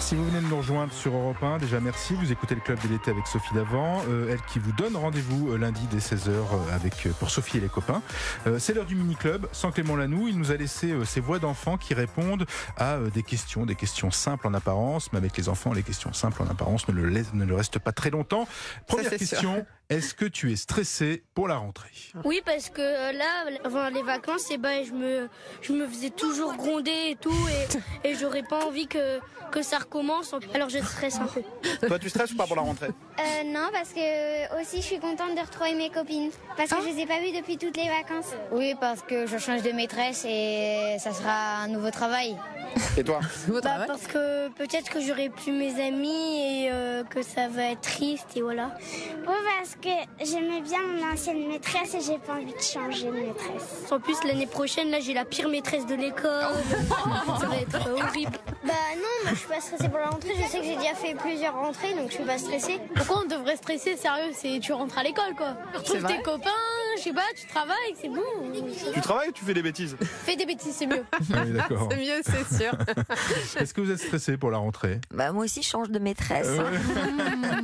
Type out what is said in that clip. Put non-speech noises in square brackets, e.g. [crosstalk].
Si vous venez de nous rejoindre sur Europe 1, déjà merci. Vous écoutez le club de l'été avec Sophie Davant, euh, elle qui vous donne rendez-vous euh, lundi dès 16h avec, euh, pour Sophie et les copains. Euh, c'est l'heure du mini-club. Sans Clément Lanoux, il nous a laissé euh, ses voix d'enfants qui répondent à euh, des questions, des questions simples en apparence. Mais avec les enfants, les questions simples en apparence ne le, laissent- ne le restent pas très longtemps. Première c'est sûr. question, est-ce que tu es stressé pour [laughs] la rentrée Oui, parce que euh, là, avant les vacances, et ben, je, me, je me faisais toujours gronder et tout, [laughs] et, et j'aurais pas envie que, que ça recommence. Alors je stresse un peu. Toi, tu stresses ou pas pour la rentrée Euh, non, parce que euh, aussi je suis contente de retrouver mes copines. Parce que je les ai pas vues depuis toutes les vacances. Ah. Oui, parce que je change de maîtresse et ça sera un nouveau travail. Et toi Bah, parce que peut-être que j'aurais plus mes amis et euh, que ça va être triste, et voilà. Oui, parce que j'aimais bien mon ancienne maîtresse et j'ai pas envie de changer de maîtresse. En plus, l'année prochaine, là, j'ai la pire maîtresse [laughs] de l'école. ça va être horrible. Bah non, moi je suis pas stressée pour la rentrée. Je sais que j'ai déjà fait plusieurs rentrées, donc je suis pas stressée. Pourquoi on devrait stresser, sérieux C'est tu rentres à l'école, quoi. Tu retrouves vrai. tes copains, je sais pas, tu travailles, c'est bon. Tu travailles ou tu fais des bêtises Fais des bêtises, c'est mieux. Ah oui, d'accord. C'est mieux, c'est sûr. Est-ce que vous êtes stressé pour la rentrée Bah moi aussi je change de maîtresse. Euh,